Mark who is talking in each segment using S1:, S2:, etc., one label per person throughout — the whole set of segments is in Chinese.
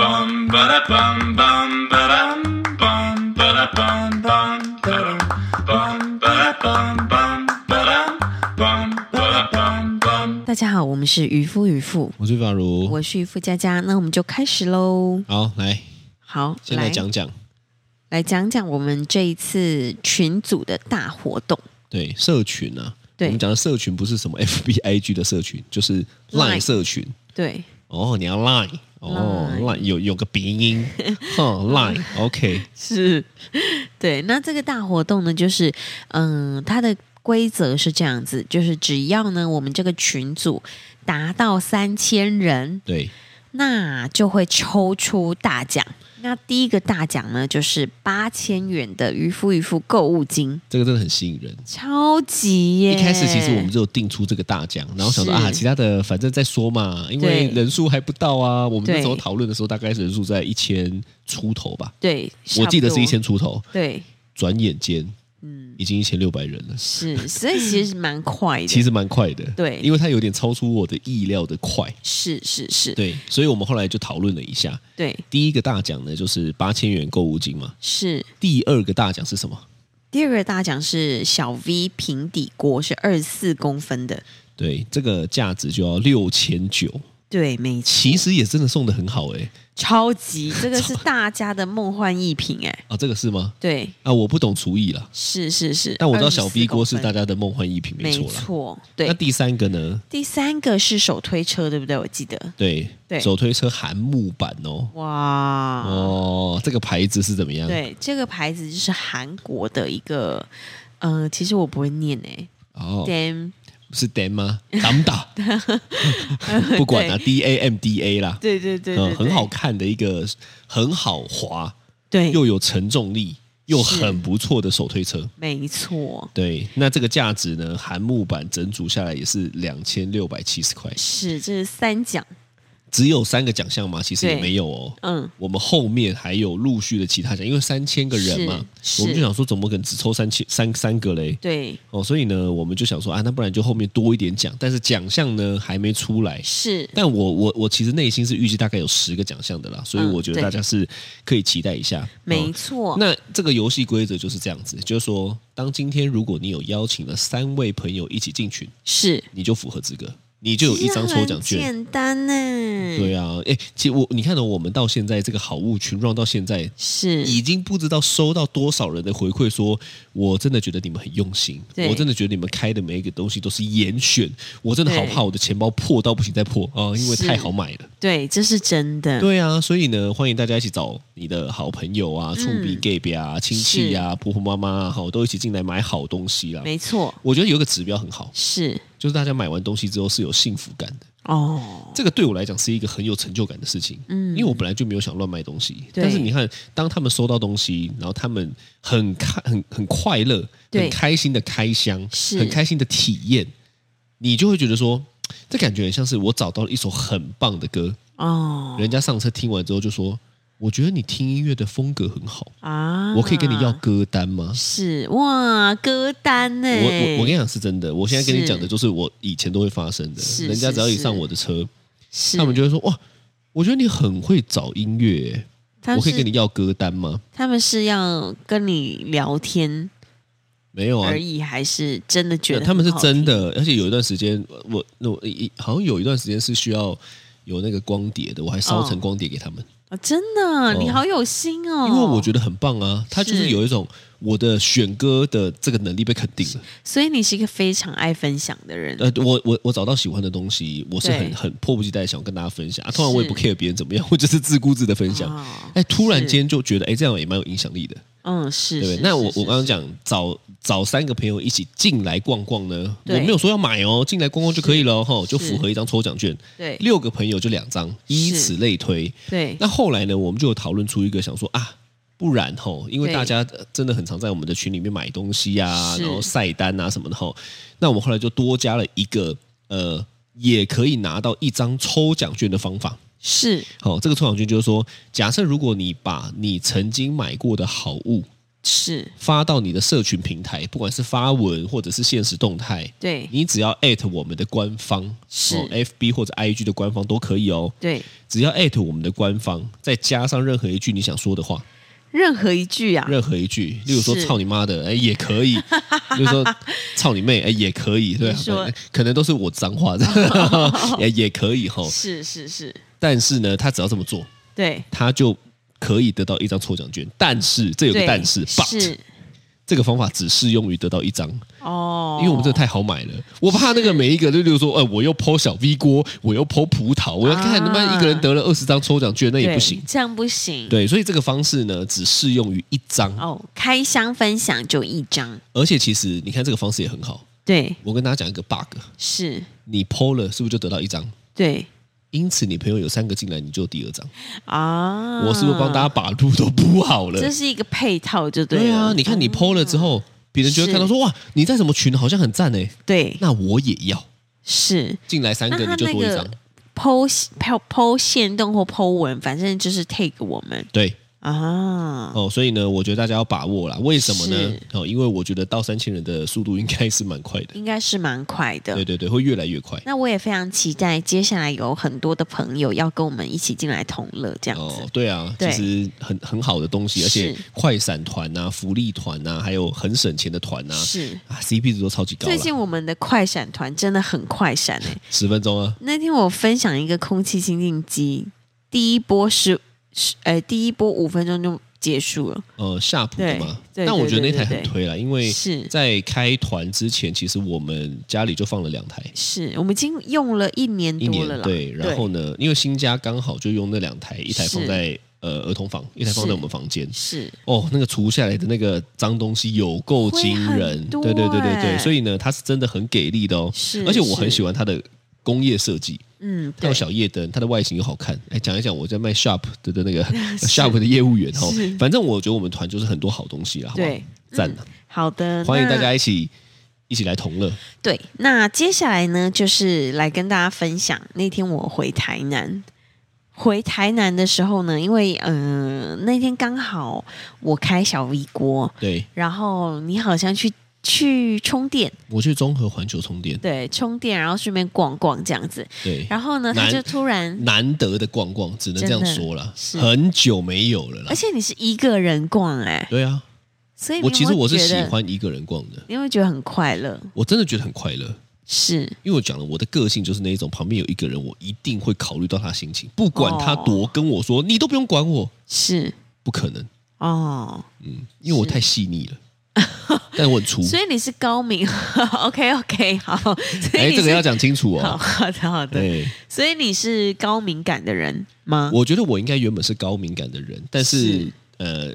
S1: bum ba da bum bum ba dum bum ba da bum bum ba dum bum ba da bum bum ba dum bum ba da bum bum.
S2: 大家好，我们是渔夫渔妇，
S3: 我是法如。
S2: 我是渔夫佳佳，那我们就开始喽。
S3: 好，来，
S2: 好，
S3: 先来讲讲
S2: 来讲讲我们这一次群组的大活动，
S3: 对社群啊。
S2: 对
S3: 我们讲的社群不是什么 FBIG 的社群，就是
S2: Line
S3: Line 社群。
S2: 对，
S3: 哦，你要 Line 哦
S2: Line
S3: ，Line 有有个 鼻音，哦哼，Line OK，
S2: 是， 对。那这个大活动呢，就是，嗯，它的规则是这样子，就是只要呢我们这个群组达到三千人，
S3: 对，
S2: 那就会抽出大奖。那第一个大奖呢，就是八千元的渔夫渔夫购物金，
S3: 这个真的很吸引人。
S2: 超级耶！
S3: 一开始其实我们只有定出这个大奖，然后想说
S2: 是
S3: 啊，其他的反正再说嘛，因为
S2: 对
S3: 人数还不到啊。我们那
S2: 对
S3: 时候讨论的时候，大概人数在一千出头吧，
S2: 对，差
S3: 我
S2: 不
S3: 记得是
S2: 多
S3: 一千，出头。
S2: 对，
S3: 转眼间，嗯，已经一千六百人了。
S2: 是，所以其实蛮快的，
S3: 其实蛮快的，
S2: 对
S3: 因为它有点超出我的意料的快，
S2: 是是是，
S3: 对，所以我们后来就讨论了一下，
S2: 对
S3: 第一个大奖呢就是八千元购物金嘛，
S2: 是。
S3: 第二个大奖是什么？
S2: 第二个大奖是小 V 平底锅，是二十四公分的，
S3: 对，这个价值就要六千九，
S2: 对，没错，
S3: 其实也真的送的很好哎、
S2: 超级，这个是大家的梦幻一品，哎，
S3: 啊，这个是吗？
S2: 对，
S3: 啊，我不懂厨艺啦，
S2: 是是是，
S3: 但我知道小 B 锅是大
S2: 家
S3: 家的梦幻一品，没
S2: 没
S3: 错啦。
S2: 错，
S3: 那
S2: 对。
S3: 第三个呢？
S2: 第三个是手推车，对不对？我记得，
S3: 对，
S2: 对
S3: 手推车含木板哦，
S2: 哇，
S3: 哦，这个牌子是怎么样？
S2: 对，这个牌子就是韩国的一个，呃，其实我不会念哎、
S3: 哦，
S2: damn，
S3: 是 dam 吗？打不打？ 不管啦、d A M D A 啦，
S2: 对对对对
S3: 嗯，
S2: 对
S3: 很好，看的一个，很好滑，
S2: 对，
S3: 又有承重力，又
S2: 是
S3: 很不错的手推车。
S2: 没错，
S3: 对，那这个价值呢，韩木板整组下来也是两千六百七十块，
S2: 是这是三奖，
S3: 只有三个奖项嘛，其实也
S2: 对
S3: 没有哦。
S2: 嗯，
S3: 我们后面还有陆续的其他奖，因为三千个人嘛，
S2: 是是
S3: 我们就想说，怎么可能只抽三千三三个嘞？
S2: 对，
S3: 哦，所以呢，我们就想说啊，那不然就后面多一点奖，但是奖项呢还没出来，
S2: 是
S3: 但我我我其实内心是预计大概有十个奖项的啦，所以
S2: 嗯
S3: 我觉得
S2: 对
S3: 大家是可以期待一下。
S2: 没
S3: 哦
S2: 错，
S3: 那这个游戏规则就是这样子，就是说，当今天如果你有邀请了三位朋友一起进群，
S2: 是
S3: 你就符合资格，你就有一张
S2: 其实
S3: 抽奖
S2: 啊很
S3: 券。
S2: 简单呢、
S3: 对啊，哎，其实我你看到、我们到现在这个好物群 run 到现在，
S2: 是
S3: 已经不知道收到多少人的回馈说，我真的觉得你们很用心，
S2: 对
S3: 我真的觉得你们开的每一个东西都是严选，我真的好
S2: 对
S3: 怕我的钱包破到不行再破啊、因为
S2: 是
S3: 太好买了。
S2: 对，这是真的，
S3: 对啊，所以呢，欢迎大家一起找你的好朋友
S2: 嗯
S3: 啊、处比 gay 表啊、亲戚啊、婆婆妈妈啊，好，都一起进来买好东西啦。
S2: 没错，
S3: 我觉得有一个指标很好，
S2: 是
S3: 就是大家买完东西之后是有幸福感的。
S2: 哦，
S3: 这个对我来讲是一个很有成就感的事情，嗯，因为我本来就没有想乱卖东西，
S2: 对
S3: 但是你看，当他们收到东西，然后他们很开、很很快乐、
S2: 对
S3: 很开心的开箱，
S2: 是
S3: 很开心的体验，你就会觉得说，这感觉很像是我找到了一首很棒的歌，
S2: 哦
S3: 人家上车听完之后就说：“我觉得你听音乐的风格很好，
S2: 啊，
S3: 我可以跟你要歌单吗
S2: 是哇歌单呢、？”
S3: 我我我跟你讲是真的，我现在跟你
S2: 是
S3: 讲的就是我以前都会发生的。
S2: 是
S3: 人家
S2: 是
S3: 只要一
S2: 是
S3: 上我的车，
S2: 是
S3: 他们就会说：“哇，我觉得你很会找音乐，
S2: 他
S3: 我
S2: 们
S3: 可以
S2: 是
S3: 跟你要歌单吗
S2: 他们是要跟你聊天？”
S3: 没有啊
S2: 而，已，还是真的觉得
S3: 呃他们是
S2: 很好
S3: 真
S2: 听
S3: 的，而且有一段时间，我那我一好像有一段时间是需要有那个光碟的，我还烧成
S2: 哦
S3: 光碟给他们。
S2: 哦真的，
S3: 哦
S2: 你好有心哦。
S3: 因为我觉得很棒啊，他就是
S2: 是
S3: 有一种我的选歌的这个能力被肯定了。
S2: 所以你是一个非常爱分享的人。
S3: 呃，我我我找到喜欢的东西，我是很
S2: 对
S3: 很迫不及待想跟大家分享啊。通常我也不
S2: 是
S3: care 别人怎么样，我就是自顾自的分享。
S2: 哦
S3: 哎，突然
S2: 是
S3: 间就觉得，哎，这样也蛮有影响力的，
S2: 嗯，是，
S3: 对不对？
S2: 是
S3: 那我
S2: 是
S3: 我刚刚
S2: 是
S3: 讲找找三个朋友一起进来逛逛呢，我
S2: 对
S3: 没有说要买哦，进来逛逛就可以了哈，就符
S2: 是
S3: 合一张抽奖券，
S2: 对
S3: 六个朋友就两张，以
S2: 是
S3: 此类推。
S2: 对
S3: 那后来呢，我们就有讨论出一个想说啊，不然吼，因为
S2: 对
S3: 大家呃真的很常在我们的群里面买东西啊，
S2: 是
S3: 然后晒单啊什么的吼，那我们后来就多加了一个呃，也可以拿到一张抽奖券的方法。
S2: 是
S3: 好，这个抽奖券就是说，假设如果你把你曾经买过的好物
S2: 是
S3: 发到你的社群平台，不管是发文或者是现实动态，
S2: 对
S3: 你只要艾特我们的官方，
S2: 是
S3: 哦，FB 或者 IG 的官方都可以哦。
S2: 对，
S3: 只要艾特我们的官方，再加上任何一句你想说的话，
S2: 任何一句啊，
S3: 任何一句，例如说
S2: 是
S3: “操你妈的”，哎也可 以；，例如说“操你妹”，哎也可以，对吧哎
S2: 你说，哦
S3: 可能都是我脏话， 也也可以哈。
S2: 是是是，
S3: 但是呢，他只要这么做，
S2: 对，
S3: 他就可以得到一张抽奖券。但是这有个
S2: 对
S3: 但是，but
S2: 是
S3: 这个方法只适用于得到一张，
S2: 哦，
S3: 因为我们这个太好买了。我怕那个每一个，就例如说，呃，我又剖小 V 锅，我又剖葡萄，我要看他妈
S2: 啊
S3: 一个人得了二十张抽奖券，那也
S2: 对
S3: 不行。
S2: 这样不行，
S3: 对，所以这个方式呢，只适用于一张，
S2: 哦，开箱分享就一张，
S3: 而且其实你看这个方式也很好。
S2: 对，
S3: 我跟大家讲一个 bug，
S2: 是，
S3: 你 PO 了是不是就得到一张？
S2: 对
S3: 因此你朋友有三个进来，你就第二张。
S2: 啊，
S3: 我是不是帮大家把路都铺好了？
S2: 这是哦啊一个配套，就对
S3: 对啊，
S2: 了
S3: 你看你 PO 了之后，别人就会看到说哇，你在什么群好像很赞哎，
S2: 对，
S3: 那我也要
S2: 是
S3: 进来三个
S2: 那他
S3: 你就多一张。
S2: 那个剖剖剖线动或剖文，反正就是 take 我们
S3: 对
S2: 啊，
S3: 哦，所以呢，我觉得大家要把握啦。为什么呢
S2: 是？
S3: 哦，因为我觉得到三千人的速度应该是蛮快的。
S2: 应该是蛮快的。
S3: 对对对，会越来越快。
S2: 那我也非常期待接下来有很多的朋友要跟我们一起进来同乐这样子。
S3: 哦，对啊，
S2: 对
S3: 其实很很好的东西，而且
S2: 是
S3: 快闪团啊、福利团啊，还有很省钱的团啊，
S2: 是，
S3: 啊，CP 值都超级高
S2: 最
S3: 了，
S2: 近我们的快闪团真的很快闪哎、
S3: 十分钟啊，
S2: 那天我分享一个空气清净机，第一波是是呃第一波五分钟就结束了，
S3: 呃，夏普的嘛。
S2: 对对
S3: 但我觉得
S2: 对对
S3: 那台很推了，因为
S2: 是
S3: 在开团之前，其实我们家里就放了两台，
S2: 是我们已经用了一年
S3: 一
S2: 多
S3: 年
S2: 了啦。
S3: 对。然后呢，因为新家刚好就用那两台，一台放在呃儿童房，一台放在
S2: 是
S3: 我们房间。
S2: 是
S3: 哦，那个除下来的那个脏东西有够惊
S2: 会
S3: 人，
S2: 很多
S3: 对对对对对，
S2: 欸
S3: 所以呢，它是真的很给力的哦。
S2: 是
S3: 而且我很
S2: 是
S3: 喜欢它的工业设计，
S2: 嗯，
S3: 它
S2: 对
S3: 有小夜灯，它的外形又好看。哎，讲一讲我在卖 Sharp 的的那 个 Sharp 的业务员哦
S2: 是，
S3: 反正我觉得我们团就是很多好东西啦，好不好
S2: 对，
S3: 赞啊、
S2: 好的，
S3: 欢迎大
S2: 那
S3: 家一起一起来同乐。
S2: 对，那接下来呢，就是来跟大家分享那天我回台南。回台南的时候呢，因为嗯、呃那天刚好我开小 V 锅，
S3: 对
S2: 然后你好像去去充电，
S3: 我去综合环球充电，
S2: 对，充电，然后顺便逛逛这样子。
S3: 对，
S2: 然后呢，他
S3: 难
S2: 就突然，
S3: 难得的逛逛，只能这样说了，
S2: 是
S3: 很久没有了啦
S2: 而。且你是一个人逛哎、
S3: 对啊，
S2: 所以你
S3: 我其实
S2: 有没有
S3: 我是
S2: 觉
S3: 喜
S2: 得，
S3: 欢一个人逛的，
S2: 你会觉得很快乐，
S3: 我真的觉得很快乐，
S2: 是
S3: 因为我讲了我的个性就是那一种，旁边有一个人，我一定会考虑到他心情，不管他
S2: 哦
S3: 多跟我说，你都不用管我，
S2: 是
S3: 不可能，
S2: 哦，
S3: 嗯，因为我
S2: 是
S3: 太细腻了，但我很粗，
S2: 所以你是高 明，OK OK，好，所以
S3: 哎，
S2: 你
S3: 这
S2: 是、
S3: 个要讲清楚
S2: 好
S3: 哦，
S2: 好的好的，
S3: 对。
S2: 所以你是高敏感的人吗？
S3: 我觉得我应该原本是高敏感的人，但是
S2: 是
S3: 呃，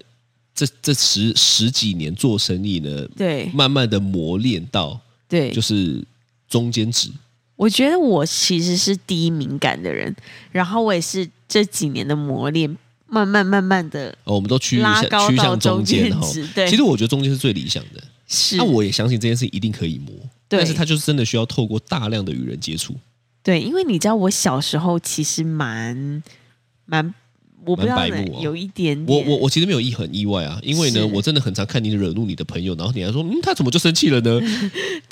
S3: 这这十十几年做生意呢，
S2: 对
S3: 慢慢的磨练到
S2: 对，
S3: 就是中间值。
S2: 我觉得我其实是低敏感的人，然后我也是这几年的磨练，慢慢慢慢的
S3: 哦，我们都趋
S2: 拉
S3: 向
S2: 高
S3: 趋
S2: 到
S3: 向中
S2: 中间
S3: 哈
S2: 值，对
S3: 其实我觉得中间是最理想的。
S2: 是，
S3: 那我也相信这件事一定可以磨，
S2: 对
S3: 但是它就是真的需要透过大量的与人接触，
S2: 对，因为你知道我小时候其实蛮蛮，我不知道
S3: 蛮白
S2: 呢
S3: 目哦，
S2: 有一点
S3: 我
S2: 点，
S3: 我我其实没有意很意外啊，因为
S2: 是
S3: 呢，我真的很常看你惹怒你的朋友，然后你还说，嗯，他怎么就生气了 呢？我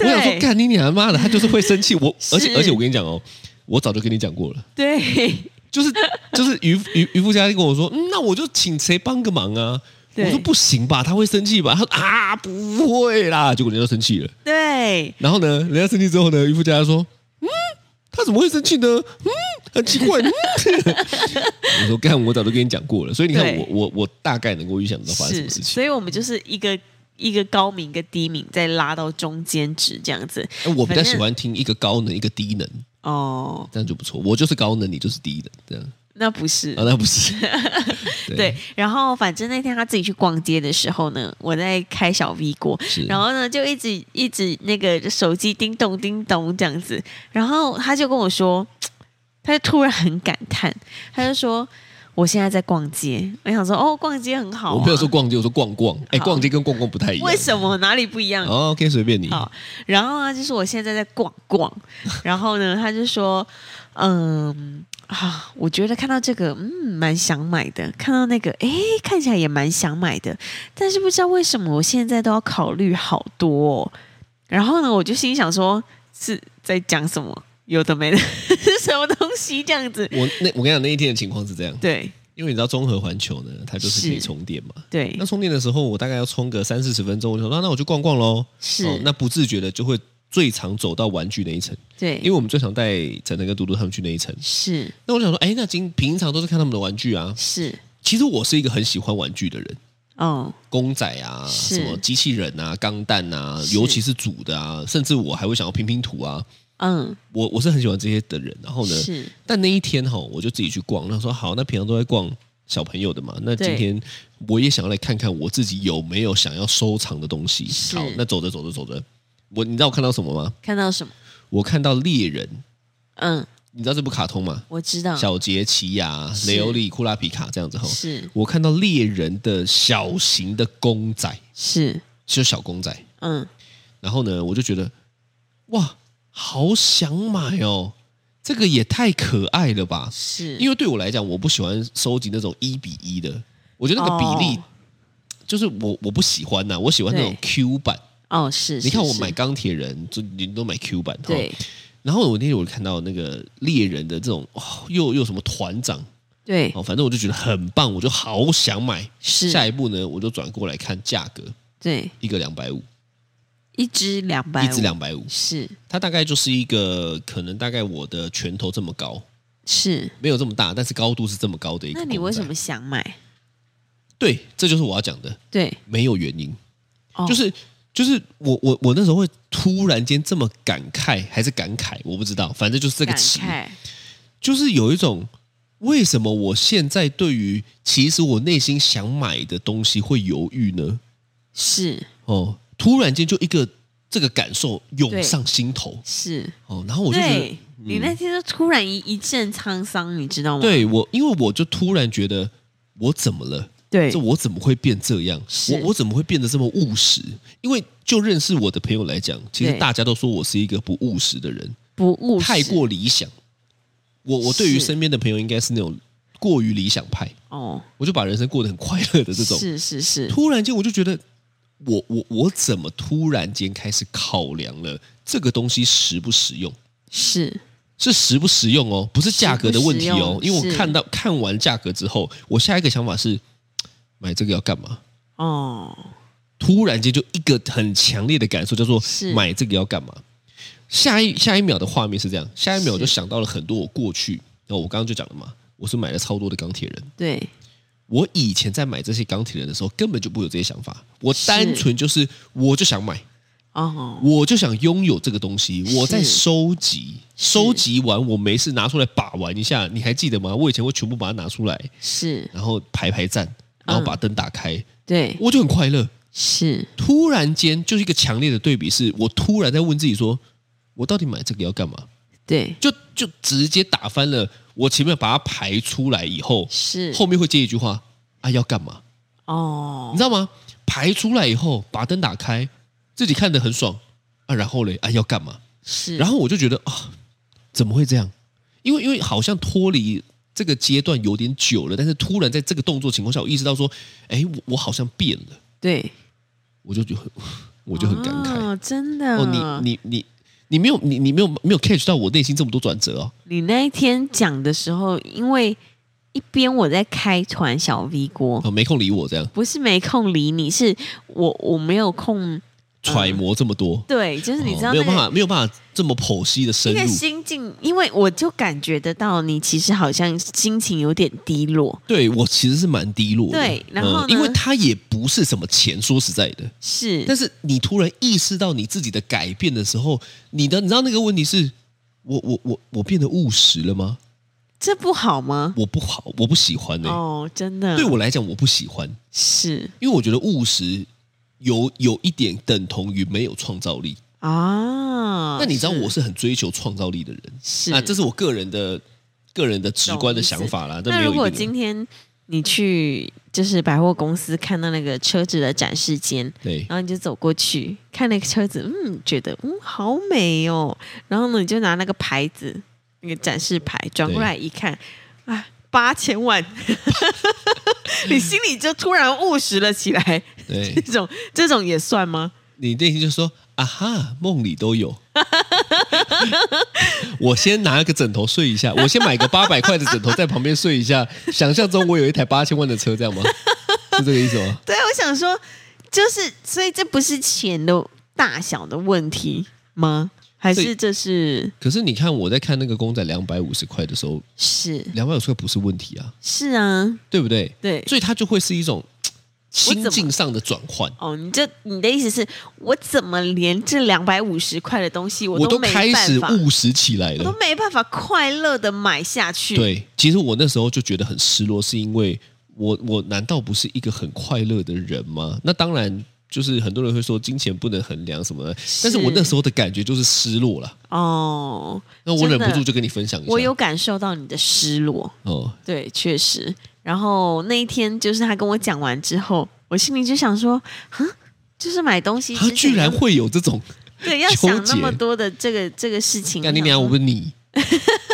S3: 想说，
S2: 对
S3: 干你娘妈的，他就是会生气。我而且
S2: 是
S3: 而且我跟你讲哦，我早就跟你讲过了，
S2: 对
S3: 就是就是渔渔渔夫家跟我说，嗯，那我就请谁帮个忙啊？
S2: 对
S3: 我说不行吧，他会生气吧？他说啊，不会啦。结果人家就生气了。
S2: 对，
S3: 然后呢，人家生气之后呢，渔夫家说，嗯，他怎么会生气呢？嗯，很奇 怪。嗯、我说干，我早就跟你讲过了，所以你看
S2: 对
S3: 我我我大概能够预想到发生什
S2: 是，
S3: 么事情。
S2: 所以我们就是一个一个高敏，一个低敏，再拉到中间值这样子。
S3: 哎我比
S2: 反
S3: 较
S2: 正
S3: 喜欢听一个高能，一个低能，
S2: 哦，
S3: 这样就不错。我就是高能，你就是低能，这样
S2: 那不是
S3: 啊？那 不是？
S2: 嗯对，然后反正那天他自己去逛街的时候呢，我在开小 V 锅，
S3: 是
S2: 然后呢就一直一直那个手机叮咚叮咚这样子，然后他就跟我说，他就突然很感叹，他就说我现在在逛街，我想说哦逛街很好、啊，
S3: 我没有说逛街，我说逛逛。哎，
S2: 好
S3: 逛街跟逛逛不太一样。
S2: 为什么哪里不一样，
S3: 哦？OK，随便你。
S2: 好，然后呢，就是我现在在逛逛，然后呢，他就说，嗯，啊，我觉得看到这个，嗯，蛮想买的；看到那个，诶，看起来也蛮想买的。但是不知道为什么，我现在都要考虑好多、哦。然后呢，我就心想说，是在讲什么？有的 没的，是什么东西这样子？
S3: 我那我跟你讲，那一天的情况是这样，
S2: 对
S3: 因为你知道综合环球呢，它就是可以
S2: 是
S3: 充电嘛。
S2: 对
S3: 那，充电的时候，我大概要充个三四十分钟，我就说那那我去逛逛喽。
S2: 是，
S3: 哦，那不自觉的就会最常走到玩具那一层，因为
S2: 对，
S3: 我们最常带晨晨跟嘟嘟他们去那一层。
S2: 是
S3: 那我想说，哎，那今平常都是看他们的玩具啊。
S2: 是，
S3: 其实我是一个很喜欢玩具的人，
S2: 哦，
S3: 公仔啊，
S2: 是
S3: 什么机器人啊、钢弹啊，
S2: 是
S3: 尤其是组的啊，甚至我还会想要拼拼图啊。
S2: 嗯，
S3: 我我是很喜欢这些的人。然后呢，
S2: 是
S3: 但那一天哈、我就自己去逛，那说好，那平常都在逛小朋友的嘛，那今
S2: 对
S3: 天我也想要来看看我自己有没有想要收藏的东西。
S2: 是
S3: 好，那走着走着走着，我你知道我看到什么吗？
S2: 看到什么？
S3: 我看到猎人，
S2: 嗯，
S3: 你知道这部卡通吗？
S2: 我知道，
S3: 小杰、奇亚、
S2: 嗯是
S3: 雷欧利、库拉皮卡这样子哈、
S2: 是
S3: 我看到猎人的小型的公仔，
S2: 是，
S3: 是小公仔，
S2: 嗯，
S3: 然后呢，我就觉得哇，好想买哦，这个也太可爱了吧！
S2: 是，
S3: 因
S2: 为
S3: 为对我来讲，我不喜欢收集那种一比一的，我觉得那个比例、
S2: 哦
S3: 就是我我不喜欢呐、我喜欢那种 Q 版。
S2: 哦，是，
S3: 你看
S2: 是
S3: 我
S2: 是
S3: 买哦钢铁人，就你都买 Q 版哈。
S2: 对
S3: 然后我那天我看到那个猎人的这种，哦、又又什么团长
S2: 对
S3: 哦，反正我就觉得很棒，我就好想买。
S2: 是，
S3: 下一步呢，我就转过来看价格，
S2: 对
S3: 一个两百五，
S2: 一只两百，
S3: 一只两百五，
S2: 是
S3: 它大概就是一个可能大概我的拳头这么高，
S2: 是，
S3: 没有这么大，但是高度是这么高的一个
S2: 那
S3: 公仔。
S2: 你为什么想买？
S3: 对？这就是我要讲的。
S2: 对，
S3: 没有原因，
S2: 哦
S3: 就是就是我我我那时候会突然间这么感慨，还是感慨，我不知道，反正就是这个
S2: 感
S3: 词，
S2: 慨，
S3: 就是有一种为什么我现在对于其实我内心想买的东西会犹豫呢？
S2: 是
S3: 哦，突然间就一个这个感受涌
S2: 对
S3: 上心头
S2: 是，
S3: 哦，然后我就觉得嗯
S2: 对你那天就突然一一阵沧桑，你知道吗？
S3: 对我，因为我就突然觉得我怎么了？
S2: 对
S3: 这我怎么会变这样？
S2: 是
S3: 我我怎么会变得这么务实？因为就认识我的朋友来讲，其实
S2: 对
S3: 大家都说我是一个不务实的人，
S2: 不务实
S3: 太过理想。我我对于
S2: 是
S3: 身边的朋友应该是那种过于理想派，
S2: 哦，
S3: 我就把人生过得很快乐的这种。
S2: 是是是，
S3: 突然间我就觉得，我我我怎么突然间开始考量了这个东西实不实用？
S2: 是
S3: 是实不实用哦，不是价格的问题
S2: 实
S3: 哦
S2: 不。实
S3: 因
S2: 用
S3: 为我看到看完价格之后，我下一个想法是嘖买这个要干嘛？
S2: 哦，
S3: 突然间就一个很强烈的感受，叫做
S2: 是
S3: 买这个要干嘛？下一下一秒的画面是这样，下一
S2: 是
S3: 秒我就想到了很多我过去，然后我刚刚就讲了嘛，我是买了超多的钢铁人。
S2: 对
S3: 我以前在买这些钢铁人的时候，根本就不会有这些想法，我单纯就是我就想买，
S2: 哦，
S3: 我就想拥有这个东西，
S2: 是
S3: 我在收集，收集完我没事拿出来把玩一下，你还记得吗？我以前会全部把它拿出来，
S2: 是
S3: 然后排排站，然
S2: 嗯
S3: 后把灯打开，
S2: 对
S3: 我就很快乐。
S2: 是
S3: 突然间就是一个强烈的对比是，我突然在问自己说，我到底买这个要干嘛？
S2: 对
S3: 就就直接打翻了我前面把它排出来以后，
S2: 是
S3: 后面会接一句话啊要干嘛？
S2: 哦
S3: 你知道吗？排出来以后把灯打开，自己看得很爽啊，然后嘞啊要干嘛？
S2: 是，
S3: 然后我就觉得啊，怎么会这样？因为因为好像脱离这个阶段有点久了，但是突然在这个动作情况下，我意识到说，哎，我我好像变了，
S2: 对
S3: 我就觉得很我就很感慨。
S2: 哦，真的
S3: 哦，你你你你没有你你没有没有 catch 到我内心这么多转折哦。
S2: 你那一天讲的时候，因为一边我在开团小 V 锅，
S3: 哦，没空理我这样
S2: 不是没空理你，是我我没有空。
S3: 揣摩这么多，
S2: 对，就是你知道、那
S3: 哦没
S2: 个
S3: 有办法没有办法这么剖析的深
S2: 那个
S3: 入。
S2: 心境，因为我就感觉得到你其实好像心情有点低落，
S3: 对我其实是蛮低落的，嗯
S2: 对然后呢
S3: 因为他也不是什么钱，说实在的，
S2: 是
S3: 但是你突然意识到你自己的改变的时候，你的你知道那个问题是，我我我我变得务实了吗？
S2: 这不好吗？
S3: 我不好，我不喜欢呢、欸
S2: 哦，真的，
S3: 对我来讲，我不喜欢，
S2: 是
S3: 因为我觉得务实有有一点等同于没有创造力。
S2: 啊。
S3: 那你知道我是很追求创造力的人，
S2: 是
S3: 啊，这是我个人的个人的直观的想法啦。但
S2: 那
S3: 没有
S2: 如果
S3: 一定
S2: 今
S3: 啊
S2: 天你去就是百货公司看到那个车子的展示间，
S3: 对
S2: 然后你就走过去看那个车子，嗯，觉得嗯好美哦，然后呢你就拿那个牌子。那个展示牌，转过来一看，啊，八千 万， 你心里就突然务实了起来。
S3: 对
S2: 这种这种也算吗？
S3: 你内心就说啊哈，梦里 都有。我先拿个枕头睡一下，我先买个八百块的枕头在旁边睡一 下，想象中我有一台八千万的车，这样吗？是这个意思吗？
S2: 对，我想说，就是所以这不是钱的大小的问题吗？还
S3: 所以
S2: 是这是
S3: 可是你看我在看那个公仔两百五十块的时候，
S2: 是
S3: 两百五十块不是问题啊，
S2: 是啊？
S3: 对不对？
S2: 对，
S3: 所以它就会是一种
S2: 我怎
S3: 心
S2: 么
S3: 境上的转换。
S2: 哦，你这你的意思是我怎么连这两百五十块的东西我
S3: 我都
S2: 没
S3: 开始
S2: 办法，
S3: 务实起来
S2: 我都
S3: 了。
S2: 没办法快乐的买下去？，
S3: 对，其实我那时候就觉得很失落，是因为我我难道不是一个很快乐的人吗？那当然，就是很多人会说金钱不能衡量什么的，但是我那时候的感觉就是失落了。
S2: 哦，
S3: 那我忍
S2: 真的
S3: 不住就跟你分享一下。
S2: 我有感受到你的失落，
S3: 哦，
S2: 对，确实。然后那一天就是他跟我讲完之后，我心里就想说，哼，就是买东西
S3: 他
S2: 之前
S3: 啊居然会有这种，
S2: 对要
S3: 纠
S2: 想那
S3: 结
S2: 么多的这个这个事情，啊
S3: 干你
S2: 想
S3: 娘，我
S2: 说
S3: 问 你，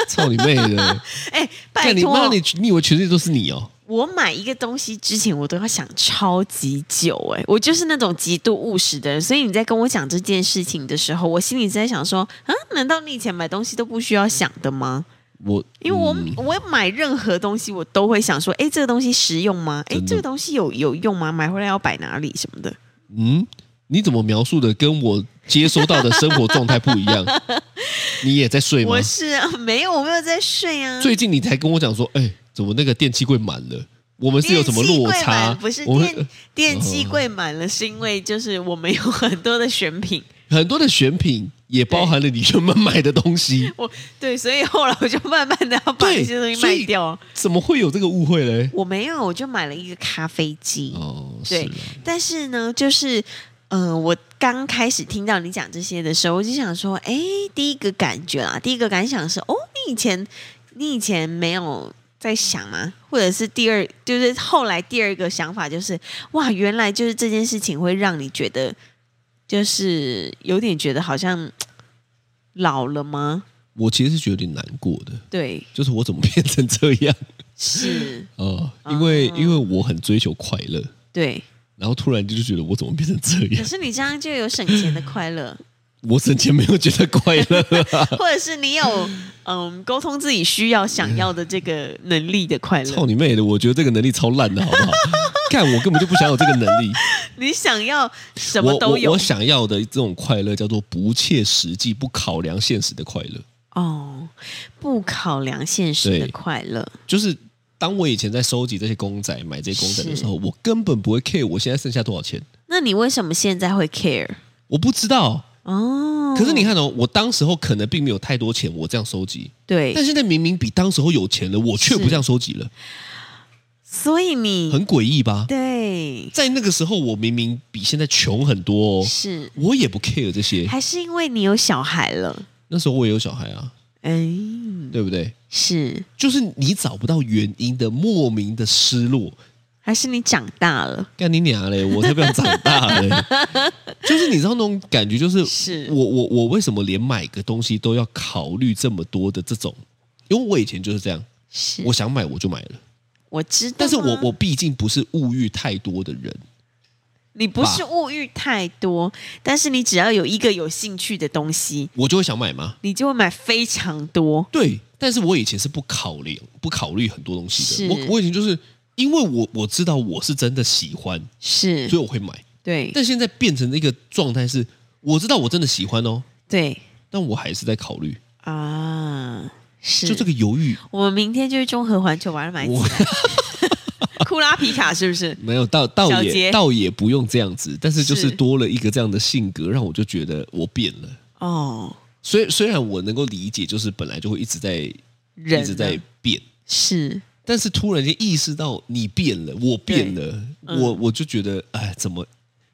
S3: 操你妹的！
S2: 哎，拜
S3: 干你
S2: 托
S3: 妈，，你你以为全世界都是你哦？
S2: 我买一个东西之前，我都要想超级久、哎，我就是那种极度务实的人，所以你在跟我讲这件事情的时候，我心里在想说，啊，难道你以前买东西都不需要想的吗？
S3: 我
S2: 因为我、
S3: 嗯
S2: 我买任何东西，我都会想说，哎，这个东西实用吗？哎
S3: 真，的
S2: 这个东西有有用吗？买回来要摆哪里什么的？
S3: 嗯，你怎么描述的跟我接收到的生活状态不一样？ 你也在睡吗
S2: 我？是啊，没有，我没有在睡啊。
S3: 最近你才跟我讲说，哎、怎么那个电器柜满了？我们是有什么落差？
S2: 电器柜满不是
S3: 我哦们
S2: 电电器柜满了，是因为就是我们有很多的选品，
S3: 呃很多的选品也包含了你原本买的东西，
S2: 我对，所以后来我就慢慢的要把
S3: 对
S2: 一些东西
S3: 所以
S2: 卖掉。
S3: 怎么会有这个误会嘞？
S2: 我没有，我就买了一个咖啡机。
S3: 哦，是
S2: 对
S3: 啦
S2: 但是呢，就是呃，我刚开始听到你讲这些的时候，我就想说，哎，第一个感觉啊，第一个感想是，哦，你以前你以前没有。在想吗？或者是第二，就是后来第二个想法就是，哇，原来就是这件事情会让你觉得，就是有点觉得好像老了吗？
S3: 我其实是觉得有点难过的，
S2: 对，
S3: 就是我怎么变成这样？
S2: 是，
S3: 哦，因为、
S2: 哦
S3: 因为我很追求快乐，
S2: 对。
S3: 然后突然就觉得我怎么变成这
S2: 可
S3: 样？
S2: 是你这样就有省钱的快 乐，
S3: 我生前没有觉得快 乐、啊。
S2: 或者是你有嗯沟通自己需要、想要的这个能力的快
S3: 操
S2: 乐。
S3: 你妹的！我觉得这个能力超烂的，好不 好？看我根本就不想有这个能力。
S2: 你想要什么
S3: 我
S2: 都
S3: 我
S2: 有
S3: 我想要的这种快乐叫做不切实际、不考量现实的快乐。
S2: 哦，不考量现实的
S3: 对
S2: 快乐。
S3: 就是当我以前在收集这些公仔、买这些公仔的时候，我根本不会 care 我现在剩下多少钱，
S2: 那你为什么现在会 care？
S3: 我不知道。
S2: 哦，
S3: 可是你看哦，我当时候可能并没有太多钱，我这样收集，但
S2: 对，
S3: 现在明明比当时候有钱了，我却不
S2: 是
S3: 这样收集了，
S2: 所以你
S3: 很诡异吧？
S2: 对
S3: 在那个时候，我明明比现在穷很多哦，
S2: 是，
S3: 我也不 care 这些。
S2: 还是因为你有小孩了？
S3: 那时候我也有小孩啊，
S2: 哎，
S3: 对不对？
S2: 是，
S3: 就是你找不到原因的莫名的失落，
S2: 还是你长大了？
S3: 干你娘嘞！我特别想长大 嘞，就是你知道那种感觉，就是
S2: 是
S3: 我我我为什么连买个东西都要考虑这么多的这种？因为我以前就是这样，
S2: 是，
S3: 我想买我就买了，
S2: 我知道啊，
S3: 但是我我毕竟不是物欲太多的人，
S2: 你不是物欲太多，但是你只要有一个有兴趣的东西，
S3: 我就会想买吗？
S2: 你就会买非常多。
S3: 对，但是我以前是不考量、不考虑很多东西
S2: 是
S3: 的。我我以前就是因为我我知道我是真的喜欢，
S2: 是
S3: 所，以我会买。
S2: 对
S3: 但现在变成一个状态是，我知道我真的喜欢哦，
S2: 对
S3: 但我还是在考虑，
S2: 啊，是。
S3: 就这个犹豫
S2: 我们明天就去中和环球把它买起
S3: 我
S2: 来。 库拉皮卡是不是？
S3: 没有，倒倒
S2: 小
S3: 也
S2: 结
S3: 倒也不用这样子，但是就是
S2: 是
S3: 多了一个这样的性格，让我就觉得我变了。
S2: 哦，
S3: 虽虽然我能够理解，就是本来就会一直在一
S2: 人啊
S3: 直
S2: 呢
S3: 在变，
S2: 是
S3: 但是突然间意识到你变了，我变了，
S2: 嗯
S3: 我我就觉得哎，怎么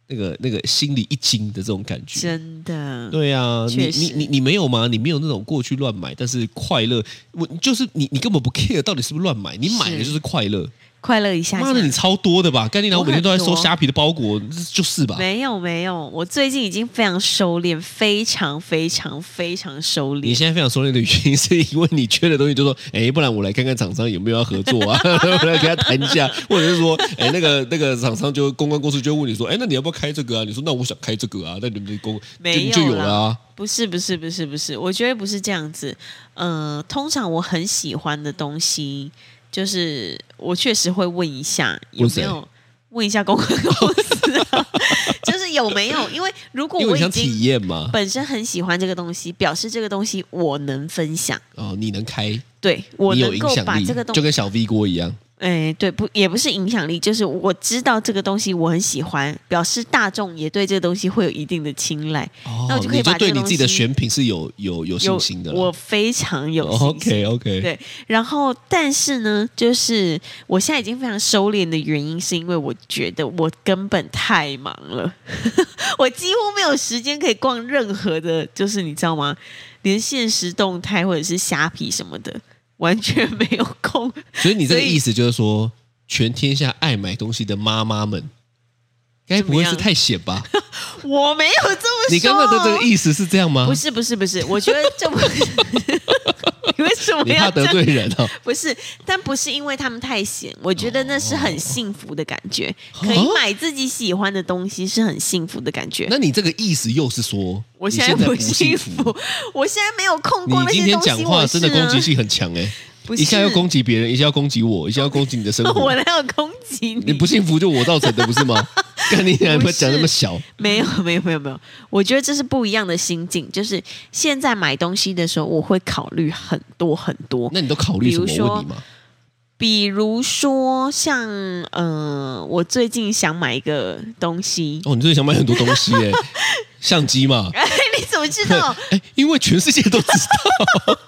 S3: 那个那个心里一惊的这种感觉。
S2: 真的，
S3: 对啊，你
S2: 确
S3: 你
S2: 实
S3: 你你没有吗？你没有那种过去乱买，但是快乐，我就是你你根本不 care 到底是不是乱买，你买了
S2: 是
S3: 就是快乐。
S2: 快乐一下下
S3: 妈。的，你超多的吧？干你娘！
S2: 我
S3: 我每天都在收
S2: 很多
S3: 虾皮的包裹，就是吧？
S2: 没有没有，我最近已经非常收敛，非常非常非常收
S3: 你
S2: 敛。
S3: 现在非常收敛的原因，是因为你缺的东西，就说，哎，不然我来看看厂商有没有要合作啊， 我来跟他谈一下，或者是说，哎，那个那个厂商就公关公司就会问你说，哎，那你要不要开这个啊？你说那我想开这个啊，那你们就公就
S2: 没有
S3: 你就有
S2: 啦
S3: 了啊，
S2: 不是不是不是不是，我觉得不是这样子。呃，通常我很喜欢的东西，就是我确实会问一下有
S3: 问
S2: 没
S3: 谁
S2: 有问一下公关公司啊、 就是有没有？因为如果
S3: 因为
S2: 我
S3: 你
S2: 已
S3: 想
S2: 经
S3: 体验嘛，
S2: 本身很喜欢这个东西，表示这个东西我能分享，
S3: 哦，你能开，
S2: 对我
S3: 你有
S2: 能
S3: 影
S2: 够把
S3: 响力
S2: 这个，东
S3: 就跟小 V 锅一样，
S2: 哎，对，不也不是影响力，就是我知道这个东西我很喜欢，表示大众也对这个东西会有一定的青睐，
S3: 哦，
S2: 那我就可以
S3: 你
S2: 把
S3: 就
S2: 这个
S3: 对你自己的
S2: 东西
S3: 选品是有有有信心的啦，哦
S2: 我非常 有信心。
S3: OK OK，
S2: 对然后，但是呢，就是我现在已经非常收敛的原因，是因为我觉得我根本太忙了， 我几乎没有时间可以逛任何的，就是你知道吗？连现实动态或者是虾皮什么的，完全没有空。
S3: 所以你这个
S2: 所以
S3: 意思就是说，全天下爱买东西的妈妈们，该不会是太闲吧？
S2: 我没有这么说。
S3: 你刚刚的这个意思啊是这样吗
S2: 不？是不是不是，我觉得这不是。 你为什么
S3: 你
S2: 要
S3: 怕
S2: 这
S3: 得
S2: 样
S3: 罪人 哦？
S2: 不是，但不是因为他们太闲，我觉得那是很幸福的感觉，可以
S3: 哦
S2: 买自己喜欢的东西是很幸福的感觉。
S3: 那你这个意思又是说，
S2: 我
S3: 你
S2: 现
S3: 现
S2: 在
S3: 不
S2: 幸
S3: 福。，
S2: 我现在没有空
S3: 你
S2: 逛那
S3: 今
S2: 些
S3: 天
S2: 东西。
S3: 讲话
S2: 我
S3: 真的
S2: 是啊
S3: 攻击性很强哎、
S2: 不是
S3: 一下要攻击别人，一下要攻击我，一下要攻击你的生
S2: 我
S3: 活。
S2: 哪有攻击你？
S3: 你不幸福就我造成的，不 是吗？干你娘！
S2: 不
S3: 不要
S2: 是
S3: 讲那么小，
S2: 没有没有没有没有，我觉得这是不一样的心境。就是现在买东西的时候，我会考虑很多很多。
S3: 那你都考虑什么？
S2: 比如说
S3: 我问你嘛。
S2: 比如说像呃，我最近想买一个东西，
S3: 哦，你真的想买很多东西 哎、相机嘛。
S2: 哎， 你怎么知道？
S3: 哎，因为全世界都知 道。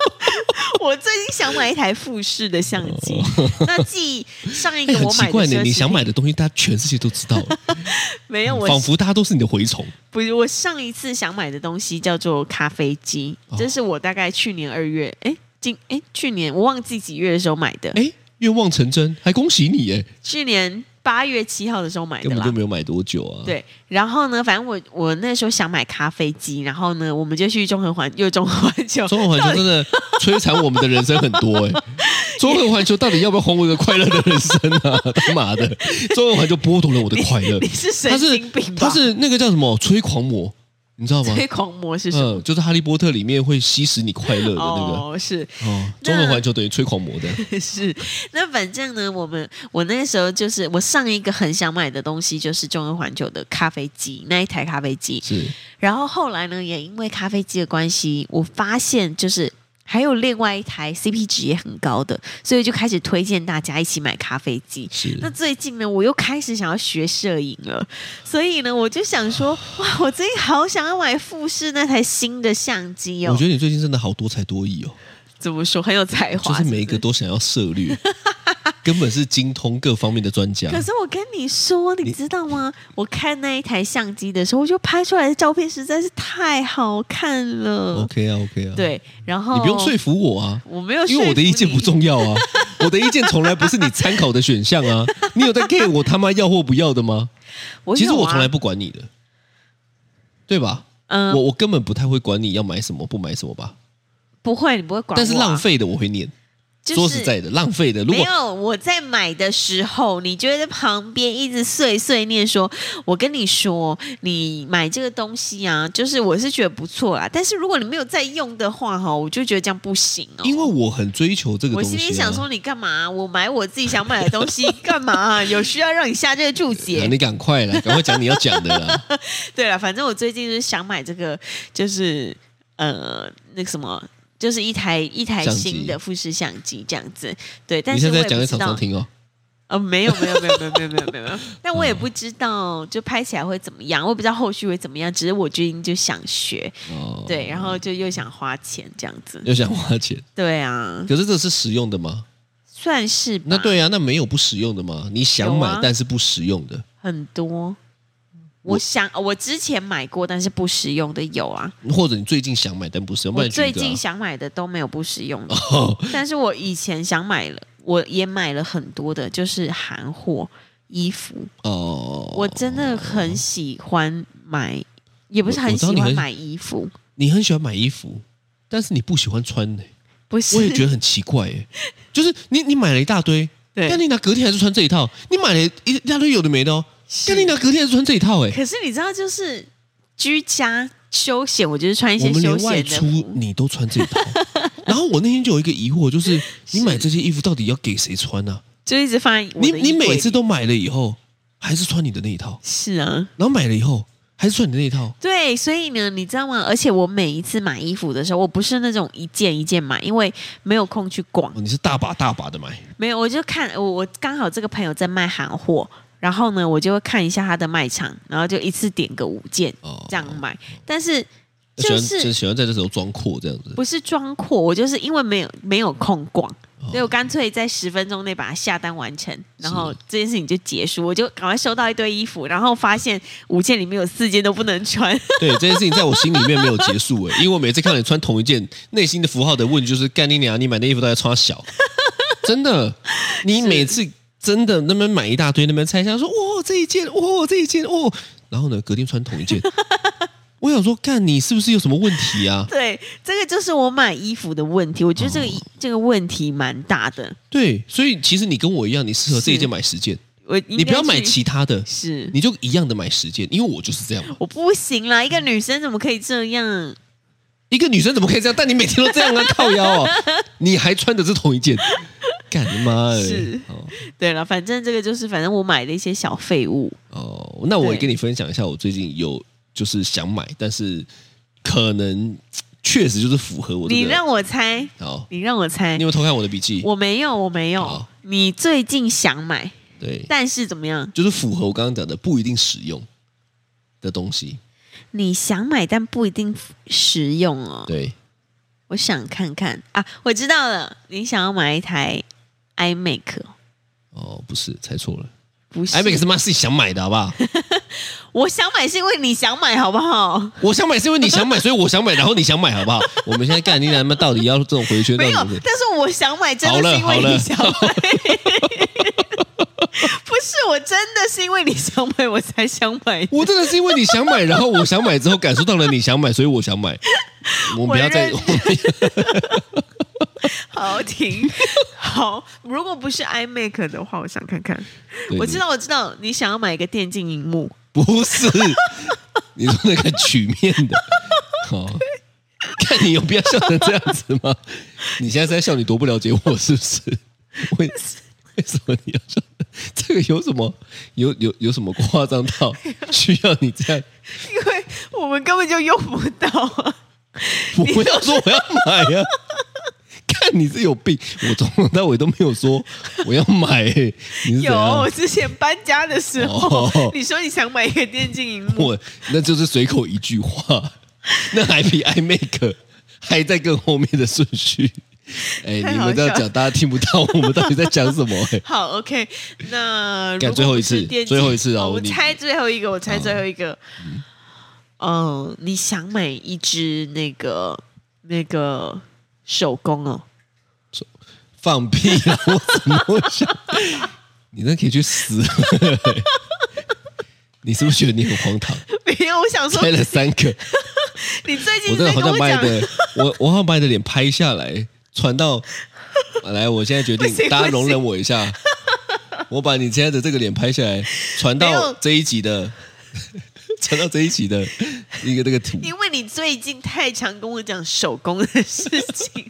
S2: 我最近想买一台富士的相机， 那继上一
S3: 哦哎，
S2: 个
S3: 很
S2: 我
S3: 奇
S2: 买
S3: 怪
S2: 的奢侈
S3: 呢，
S2: 品，
S3: 你想买的东西，大家全世界都知道了，
S2: 没有？ 我
S3: 仿佛大家都是你的蛔虫。
S2: 不是，我上一次想买的东西叫做咖啡机，
S3: 哦
S2: 这是我大概去年二月，哎，今哎去年我忘记几月的时候买的，
S3: 哎，愿望成真，还恭喜你哎，
S2: 去年八月七号的时候买的
S3: 根本就
S2: 啦。
S3: 没有买多久啊。，
S2: 对，然后呢，反正我我那时候想买咖啡机，然后呢，我们就去中和环又中和环球，
S3: 中文环球 真的摧残我们的人生很多哎。中文环球到底要不要还我一个快乐的人生 啊？他妈的，中文环球剥夺了我的快乐
S2: 你。 是神
S3: 他是
S2: 经病吧？
S3: 他是那个叫什么催狂魔，你知道吗？
S2: 推狂魔是什么？
S3: 嗯，就是《哈利波特》里面会吸食你快嗯乐的那个。
S2: 哦，是
S3: 哦，
S2: 那
S3: 中文环球等于催狂魔的。
S2: 是，那反正呢，我们我那时候就是我上一个很想买的东西就是中央环球的咖啡机那一台咖啡机，
S3: 是，
S2: 然后后来呢，也因为咖啡机的关系，我发现就是还有另外一台 CP 值也很高的，所以就开始推荐大家一起买咖啡机。
S3: 是
S2: 那最近呢，我又开始想要学摄影了，所以呢，我就想说，哇，我最近好想要买富士那台新的相机哦。
S3: 我觉得你最近真的好多才多艺哦，
S2: 怎么说很有才
S3: 就
S2: 华，
S3: 是
S2: 不
S3: 每一个都想要涉略， 根本是精通各方面的专家。
S2: 可是我跟你说，你知道吗？我看那一台相机的时候，我就拍出来的照片实在是太好看了。
S3: OK 啊，OK 啊，，
S2: 对，哦然后
S3: 你不用说服我啊，
S2: 我没有说服你，
S3: 因为我的意见不重 要啊，我的意见从来不是你参考的选项啊。你有在 care 我他妈要或不要的吗？
S2: 我有啊。
S3: 其实我从来不管你的，对吧？
S2: 嗯
S3: 我我根本不太会管你要买什么不买什么吧，
S2: 不会，你不会管我啊。
S3: 但是浪费的我会念。
S2: 就是
S3: 说实在的，浪费的，如
S2: 没
S3: 果
S2: 有，我在买的时候，你觉得旁边一直碎碎念说：“我跟你说，你买这个东西啊，就是我是觉得不错啦。但是如果你没有在用的话，哈，我就觉得这样不行哦。”
S3: 因为我很追求这个
S2: 我
S3: 东西、
S2: 心
S3: 啊，
S2: 里想说，你干嘛？我买我自己想买的东 西干嘛？有需要让你下这个注
S3: 啊
S2: 解？
S3: 你赶 快啦，赶快讲你要讲的啦。
S2: 对了，反正我最近就是想买这个，就是呃，那个什么，就是一台一台
S3: 相机
S2: 新的富士相机这样子。对，但
S3: 你
S2: 是
S3: 现
S2: 我也
S3: 在
S2: 不
S3: 讲给
S2: 知
S3: 厂
S2: 道
S3: 商，听哦。
S2: 呃，没有没有没有没有没有没有没有 没有， 但我也
S3: 嗯
S2: 不知道就拍起来会怎么样，我也不知道后续会怎么样。只是我最近就想学，
S3: 哦，
S2: 对，然后就又想花钱这样子。
S3: 又想花钱，
S2: 对啊，
S3: 可是这是实用的吗？
S2: 算是吧
S3: 那对啊，那没有不实用的吗？你想
S2: 有
S3: 买、
S2: 啊
S3: 但是不实用的，
S2: 很多。
S3: 我
S2: 我想，我之前买过，但是不实用的有啊。
S3: 或者你最近想买但不实用，不
S2: 我
S3: 然你举一
S2: 最
S3: 个啊
S2: 近想买的都没有不实用的，
S3: 哦，
S2: 但是我以前想买了，我也买了很多的，就是韩货衣服，
S3: 哦，
S2: 我真的很喜欢买，也不是
S3: 我
S2: 很
S3: 我知道
S2: 喜
S3: 你
S2: 欢
S3: 很
S2: 买衣服，
S3: 你很喜欢买衣服，但是你不喜欢穿 呢、
S2: 不是，
S3: 我也觉得很奇怪耶、就是你你买了一大堆，
S2: 对
S3: 但你拿隔天还是穿这一套，你买了一一大堆有的没的哦，但你拿隔天还是穿这一套哎、
S2: 可是你知道，就是居家休闲，我就是穿一
S3: 我
S2: 些
S3: 们
S2: 休
S3: 连外
S2: 闲的
S3: 出
S2: 服。
S3: 你都穿这 一套，然后我那天就有一个疑惑，就是你买这些衣服到底要给谁穿呢、
S2: 就一直放在我的
S3: 你
S2: 衣
S3: 你
S2: 柜
S3: 每
S2: 里
S3: 次都买了以后，还是穿你的那一套，
S2: 是啊，
S3: 然后买了以后还是穿你的那一套，
S2: 对，所以呢，你知道吗？而且我每一次买衣服的时候，我不是那种一件一件买，因为没有空去逛
S3: 哦，，你是大把大把的买，
S2: 没有，我就看我我刚好这个朋友在卖韩货，然后呢，我就会看一下他的卖场，然后就一次点个五件
S3: 哦
S2: 这样买，但是
S3: 喜
S2: 就
S3: 欢
S2: 是
S3: 喜欢在这时候装阔这样子，
S2: 不是装阔，我就是因为没有没有空逛，
S3: 哦
S2: 所以我干脆在十分钟内把它下单完成，然后这件事情就结束。我就赶快收到一堆衣服，然后发现五件里面有四件都不能穿，
S3: 对这件事情，在我心里面没有结束哎、因为我每次看到你穿同一件，内心的符号的问题就是：干你娘，你买的衣服都在 穿小，真的，你每次真的那边买一大堆，那边拆箱说：哇，这一件，哇，这一件，哦，然后呢，隔天穿同 一件，我想说，干你是不是有什么问题 啊？
S2: 对，这个就是我买衣服的问题。我觉得这个、
S3: 哦
S2: 这个问题蛮大的，
S3: 对，所以其实你跟我一样，你适合这一件买十件，
S2: 我应该
S3: 你不要买
S2: 去
S3: 其他的，
S2: 是。
S3: 你就一样的买十件，因为我就是这样嘛。
S2: 我不行啦，一个女生怎么可以这样？
S3: 一个女生怎么可以这样？但你每天都这样啊，靠 腰啊，你还穿的是同一件，干你妈的！
S2: 是
S3: 哦
S2: 对了，反正这个就是，反正我买的一些小废物，
S3: 哦，那我
S2: 对
S3: 也跟你分享一下，我最近有就是想买，但是可能确实就是符合我这个。
S2: 你让我猜，
S3: 好，
S2: 你让我猜
S3: 你有没，有偷看我的笔记？
S2: 我没有，我没有
S3: 好。
S2: 你最近想买，
S3: 对，
S2: 但是怎么样？
S3: 就是符合我刚刚讲的不一定使用的东西。
S2: 你想买但不一定实用哦。
S3: 对，
S2: 我想看看啊，我知道了，你想要买一台 iMac，哦
S3: 哦，不是，猜错了。
S2: 不是
S3: 哎，每个是妈自己想买的，好不 好？
S2: 我想买是因为你想买，好不好？
S3: 我想买是因为你想买，所以我想买，然后你想买，好不好？我们现在干你娘他妈到底要这种回圈到
S2: 没
S3: 底
S2: 有
S3: 是不是，
S2: 但是我想买真
S3: 好
S2: 的
S3: 了
S2: 是因为
S3: 好
S2: 你
S3: 了
S2: 想买， 不是我真的是因为你想买我才想买的。
S3: 我真的是因为你想买，然后我想买之后感受到了你想买，所以我想买。我们不要再，
S2: 我
S3: 我们
S2: 好停，好，如果不是 iMac 的话，我想看看。
S3: 对
S2: 我知道，我知道，你想要买一个电竞荧幕，
S3: 不是，你说那个曲面的，哦，看你有必要笑成这样子吗？你现在是在笑你多不了解我是不是？为为什么你要笑？这个有什么有有有什么夸张到需要你这样？
S2: 因为我们根本就用不到啊。
S3: 我不要说我要买啊！看你是有病，我从头到尾都没有说我要买、欸，你是怎
S2: 有，
S3: 样
S2: 我？之前搬家的时候，
S3: 哦
S2: 你说你想买一个电竞荧幕，
S3: 我那就是随口一句话，那还比 iMac 还在更后面的顺序。哎、
S2: 太好
S3: 你们这样
S2: 笑，
S3: 讲，大家听不到我们到底在讲什么、哎
S2: 好，OK，那如
S3: 干
S2: 果
S3: 最后一次
S2: 不是电竞
S3: 最后一次哦
S2: 我
S3: 你嗯
S2: 猜最后一个，我猜最后一个。哦，你想买一只那个那个手工哦？
S3: 放屁啊！我怎么会想？你那可以去死、 你是不是觉得你很荒 唐？
S2: 没有，我想说
S3: 开了三个，
S2: 你最近
S3: 我真
S2: 在
S3: 的好
S2: 跟
S3: 想
S2: 我
S3: 把你
S2: 讲，
S3: 的，我我好想把你的脸拍下来，传到。来，我现在决
S2: 不行
S3: 定，大
S2: 不
S3: 家容忍
S2: 行
S3: 我一下，我把你现在的这个脸拍下来，传
S2: 没
S3: 到
S2: 有
S3: 这一 集的，传到这一集的一个那个图。
S2: 因为你最近太常跟我讲手工的事 情，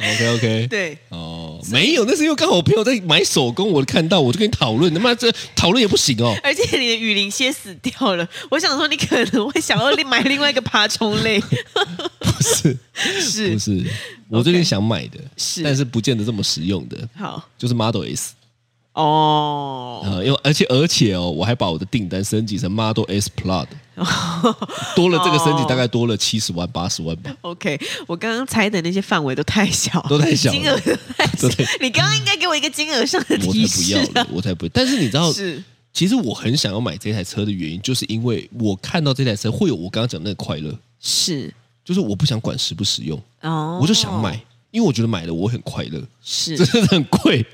S3: OK OK，
S2: 对，
S3: 哦，没有，那是因为刚好我朋友在买手工，我看到我就跟你讨论，他妈这讨论也不行哦。
S2: 而且你的雨林蝎死掉了，我想说你可能会想要另买另外一个爬虫类，
S3: 不是，
S2: 是
S3: 不是，我最近想买的，
S2: 是
S3: 但是不见得这么实用的，
S2: 好
S3: 就是 Model S
S2: 哦，
S3: 啊、因为而且而且哦，我还把我的订单升级成 Model S Plus，多了这个升级
S2: 哦
S3: 大概多了七十万八十万吧。
S2: OK，我刚刚猜的那些范围都太小，
S3: 都太小了
S2: 金额都太小
S3: 都太。
S2: 你刚刚应该给我一个金额上的
S3: 我
S2: 提
S3: 才不
S2: 示、
S3: 要
S2: 啊。
S3: 了，我才不。但是你知道，
S2: 是
S3: 其实我很想要买这台车的原因，就是因为我看到这台车会有我刚刚讲的那个快乐，
S2: 是
S3: 就是我不想管实不实用，
S2: 哦，
S3: 我就想买。因为我觉得买了我很快乐，
S2: 是
S3: 真的很贵，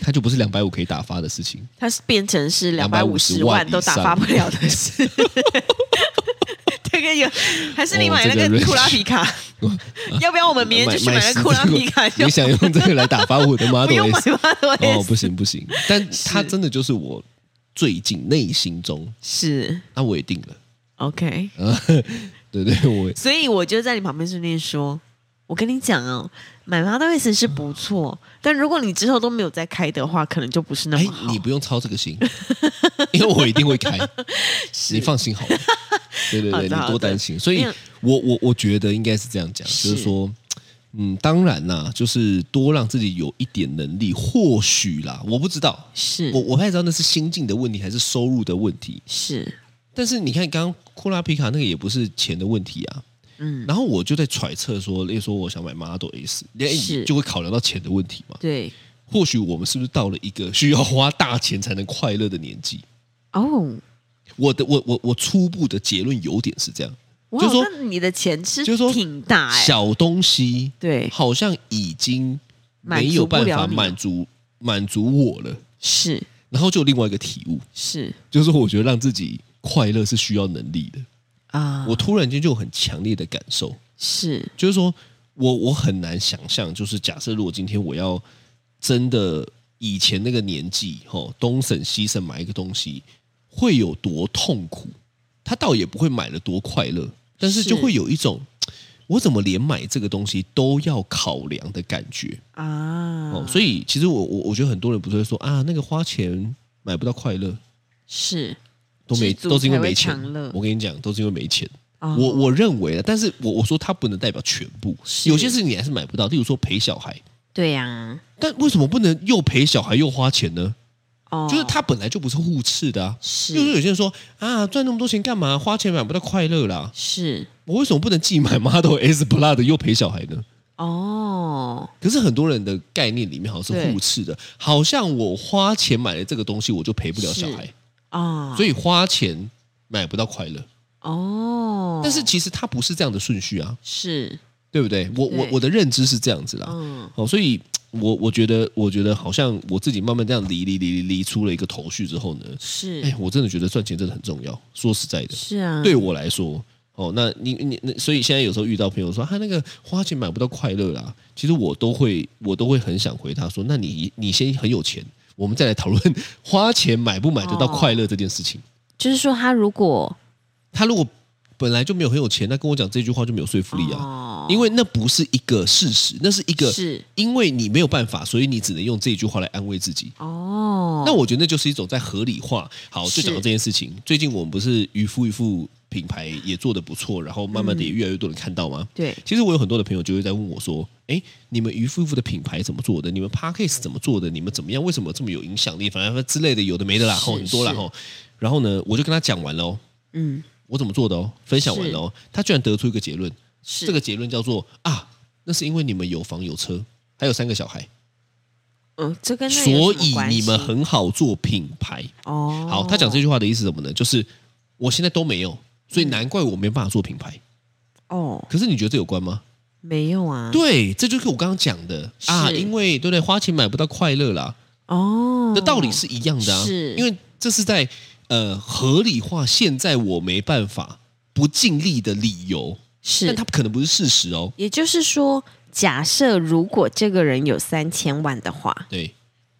S3: 它就不是两百五可以打发的事情。
S2: 它是变成是两百五
S3: 250
S2: 十万都打发不了的事。 这个有，还是你买那
S3: 哦这
S2: 个
S3: 个
S2: 库拉皮卡？ 要不要我们明天就去买
S3: 十
S2: 个库拉
S3: 这个
S2: 皮卡就
S3: 你？想用这个来打发我的
S2: 不
S3: Model
S2: 用买
S3: S？
S2: Model
S3: 哦，
S2: S，
S3: 不行不行，但它真的就是我最近内心中，
S2: 是
S3: 那、我也定了，
S2: OK。
S3: 啊、对对，我
S2: 所以我就在你旁边顺便说，我跟你讲哦，买 Model S 是不错，但如果你之后都没有再开的话，可能就不是那
S3: 哎
S2: 么好。，
S3: 你不用操这个心，因为我一定会 开，你放心好了。对对
S2: 好的
S3: 对，你
S2: 好
S3: 多
S2: 的
S3: 担心。所以
S2: 没有，
S3: 我我我觉得应该是这样讲，就是
S2: 是
S3: 说，嗯，当然啦，就是多让自己有一点能力，或许啦，我不知道，
S2: 是
S3: 我我不太知道那是心境的问题还是收入的问题。
S2: 是
S3: 但是你看，刚刚库拉皮卡那个也不是钱的问题啊。
S2: 嗯，
S3: 然后我就在揣测说，例如说我想买 Model S，哎
S2: 是
S3: 就会考量到钱的问题嘛。
S2: 对
S3: 或许我们是不是到了一个需要花大钱才能快乐的年纪？
S2: 哦，
S3: 我的我我我初步的结论有点是这样，
S2: 哇，
S3: 就是说
S2: 那你的钱是
S3: 就是说
S2: 挺大哎、
S3: 小东西
S2: 对，
S3: 好像已经没有办法满
S2: 满
S3: 足满足我了。
S2: 是
S3: 然后就有另外一个体悟，
S2: 是
S3: 就是说我觉得让自己快乐是需要能力的。
S2: 啊，
S3: 我突然间就有很强烈的感受，
S2: 是
S3: 就是说我我很难想象，就是假设如果今天我要真的以前那个年纪，吼、东省西省买一个东西，会有多痛苦？他倒也不会买了多快乐，但是
S2: 是
S3: 就会有一种我怎么连买这个东西都要考量的感觉
S2: 啊，
S3: 哦。所以其实我我我觉得很多人不是会说啊，那个花钱买不到快乐，
S2: 是
S3: 都没
S2: 知足
S3: 都是因为
S2: 才会
S3: 没钱
S2: 常乐。
S3: 我跟你讲，都是因为没钱。
S2: 哦
S3: 我我认为啊，但是我我说它不能代表全部，
S2: 是
S3: 有些事情你还是买不到，例如说陪小孩。
S2: 对啊呀、
S3: 但为什么不能又陪小孩又花钱呢？
S2: 哦，
S3: 就是它本来就不是互斥的啊。就是有
S2: 是
S3: 些人说啊，赚那么多钱干嘛？花钱买不到快乐啦。
S2: 是
S3: 我为什么不能既买 Model S Plus 又陪小孩呢？
S2: 哦，
S3: 可是很多人的概念里面好像是互斥的，好像我花钱买了这个东西，我就陪不了小孩，
S2: 啊，
S3: 所
S2: 以
S3: 以花钱买不到快乐。
S2: 哦，
S3: 但是其实它不是这样的顺序啊，
S2: 是
S3: 对不对？我我
S2: 对
S3: 我的认知是这样子啦。
S2: 嗯
S3: 哦，所以我我觉得，我觉得好像我自己慢慢这样理理理理理出了一个头绪之后呢，
S2: 是、
S3: 哎，我真的觉得赚钱真的很重要。说实在的，
S2: 是啊，
S3: 对我来说，哦，那你你那，所以现在有时候遇到朋友说他、啊那个花钱买不到快乐啦，其实我都会我都会很想回他说，那你你先很有钱，我们再来讨论 花钱买不买得到快乐这件事情。
S2: 哦就是说他如果
S3: 他如果本来就没有很有钱，那跟我讲这句话就没有说服力啊。
S2: 哦
S3: 因为那不是一个事实，那是一个
S2: 是
S3: 因为你没有办法，所以你只能用这句话来安慰自己。
S2: 哦，
S3: 那我觉得那就是一种在合理化。好，
S2: 是
S3: 就讲到这件事情，最近我们不是渔夫渔妇品牌也做得不错，然后慢慢的也越来越多人看到吗？
S2: 对
S3: 其实我有很多的朋友就会在问我说：“哎，你们渔夫渔妇的品牌怎么做的？你们 Parkes 怎么做的？你们怎么样？为什么这么有影响力？反正之类的，有的没的啦，
S2: 是
S3: 吼，很多啦
S2: 是
S3: 吼。然后呢，我就跟他讲完喽，
S2: 嗯
S3: 我怎么做的哦，分享完喽，他居然得出一个结论，
S2: 是
S3: 这个结论叫做啊，那是因为你们有房有车，还有三个小孩。”
S2: 嗯，这跟那有
S3: 所
S2: 什么
S3: 以
S2: 关
S3: 你们
S2: 系
S3: 很好做品牌。
S2: 哦，
S3: 好，他讲这句话的意思是什么呢？就是我现在都没有，所以难怪我没办法做品
S2: 嗯
S3: 牌。
S2: 哦
S3: 可是你觉得这有关吗？
S2: 没有啊，
S3: 对，这就是我刚刚讲的啊，
S2: 是
S3: 因为对不对？花钱买不到快乐啦，
S2: 哦
S3: 的道理是一样的啊。
S2: 是
S3: 因为这是在呃合理化现在我没办法不尽力的理由，
S2: 是
S3: 但它可能不是事实哦。
S2: 也就是说，假设如果这个人有三千万的话，
S3: 对，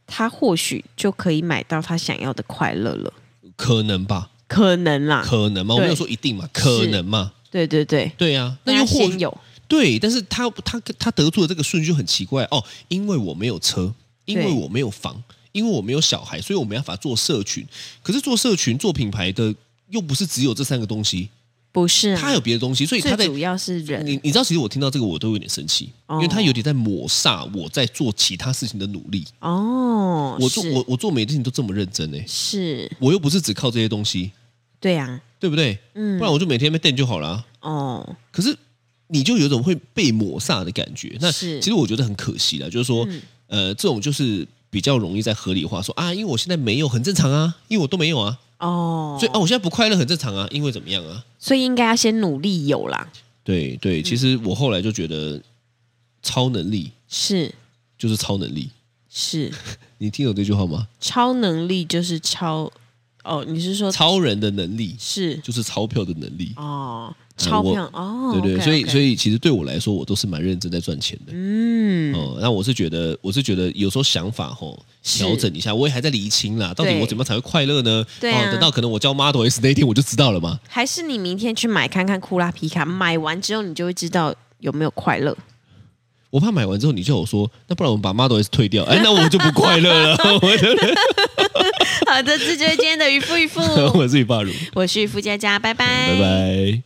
S2: 他或许就可以买到他想要的快乐了，
S3: 可能吧，
S2: 可能啦。
S3: 可能嘛，我
S2: 对
S3: 没有说一定嘛，可能嘛，
S2: 对对对，
S3: 对啊，那
S2: 大
S3: 又
S2: 家
S3: 或
S2: 先有
S3: 对，但是他他他得出的这个顺序很奇怪哦，因为我没有车，因为
S2: 对
S3: 我没有房，因为我没有小孩，所以我没办法做社群。可是做社群、做品牌的又不是只有这三个东西，
S2: 不是、啊？
S3: 他有别的东西，所以他
S2: 最
S3: 在
S2: 主要哦是人
S3: 你你知道，其实我听到这个我都有点生气，因为他有点在抹煞我在做其他事情的努力。
S2: 哦。
S3: 我做
S2: 是
S3: 我我做每件事情都这么认真呢、欸
S2: 是
S3: 我又不是只靠这些东西，
S2: 对啊，
S3: 对不对？
S2: 嗯
S3: 不然我就每天被电就好了啊、
S2: 哦
S3: 可是你就有一种会被抹煞的感觉。那
S2: 是嗯
S3: 其实我觉得很可惜了，就是说，呃，这种就是比较容易在合理化说啊，因为我现在没有，很正常啊，因为我都没有啊，
S2: 哦，
S3: 所以啊，我现在不快乐很正常啊，因为怎么样啊？
S2: 所以应该要先努力有啦。
S3: 对对，其实我后来就觉得超能力
S2: 是
S3: 就是超能力。
S2: 是，
S3: 你听懂这句话吗？
S2: 超能力就是超哦，你是说
S3: 超人的能力
S2: 是
S3: 就是钞票的能力，
S2: 哦，钞
S3: 嗯我
S2: 票哦，
S3: 对不对？所以所
S2: 以
S3: 以其实对我来说，我都是蛮认真在赚钱的。
S2: 嗯，
S3: 哦，那我是觉得，我是觉得有时候想法吼
S2: 是
S3: 调整一下，我也还在理清啦，到底
S2: 对
S3: 我怎么样才会快乐呢？
S2: 对啊
S3: 哦，等到可能我教 Model S 那一天我就知道了嘛。
S2: 还是你明天去买看看库拉皮卡，买完之后你就会知道有没有快 乐。
S3: 我怕买完之后你叫我说，那不然我们把 Model S 退掉，哎，那我就不快乐了。 我的，
S2: 好的，这就是今天的渔夫渔夫，
S3: 我是于霸如，
S2: 我是渔夫佳佳，拜拜，
S3: 拜拜。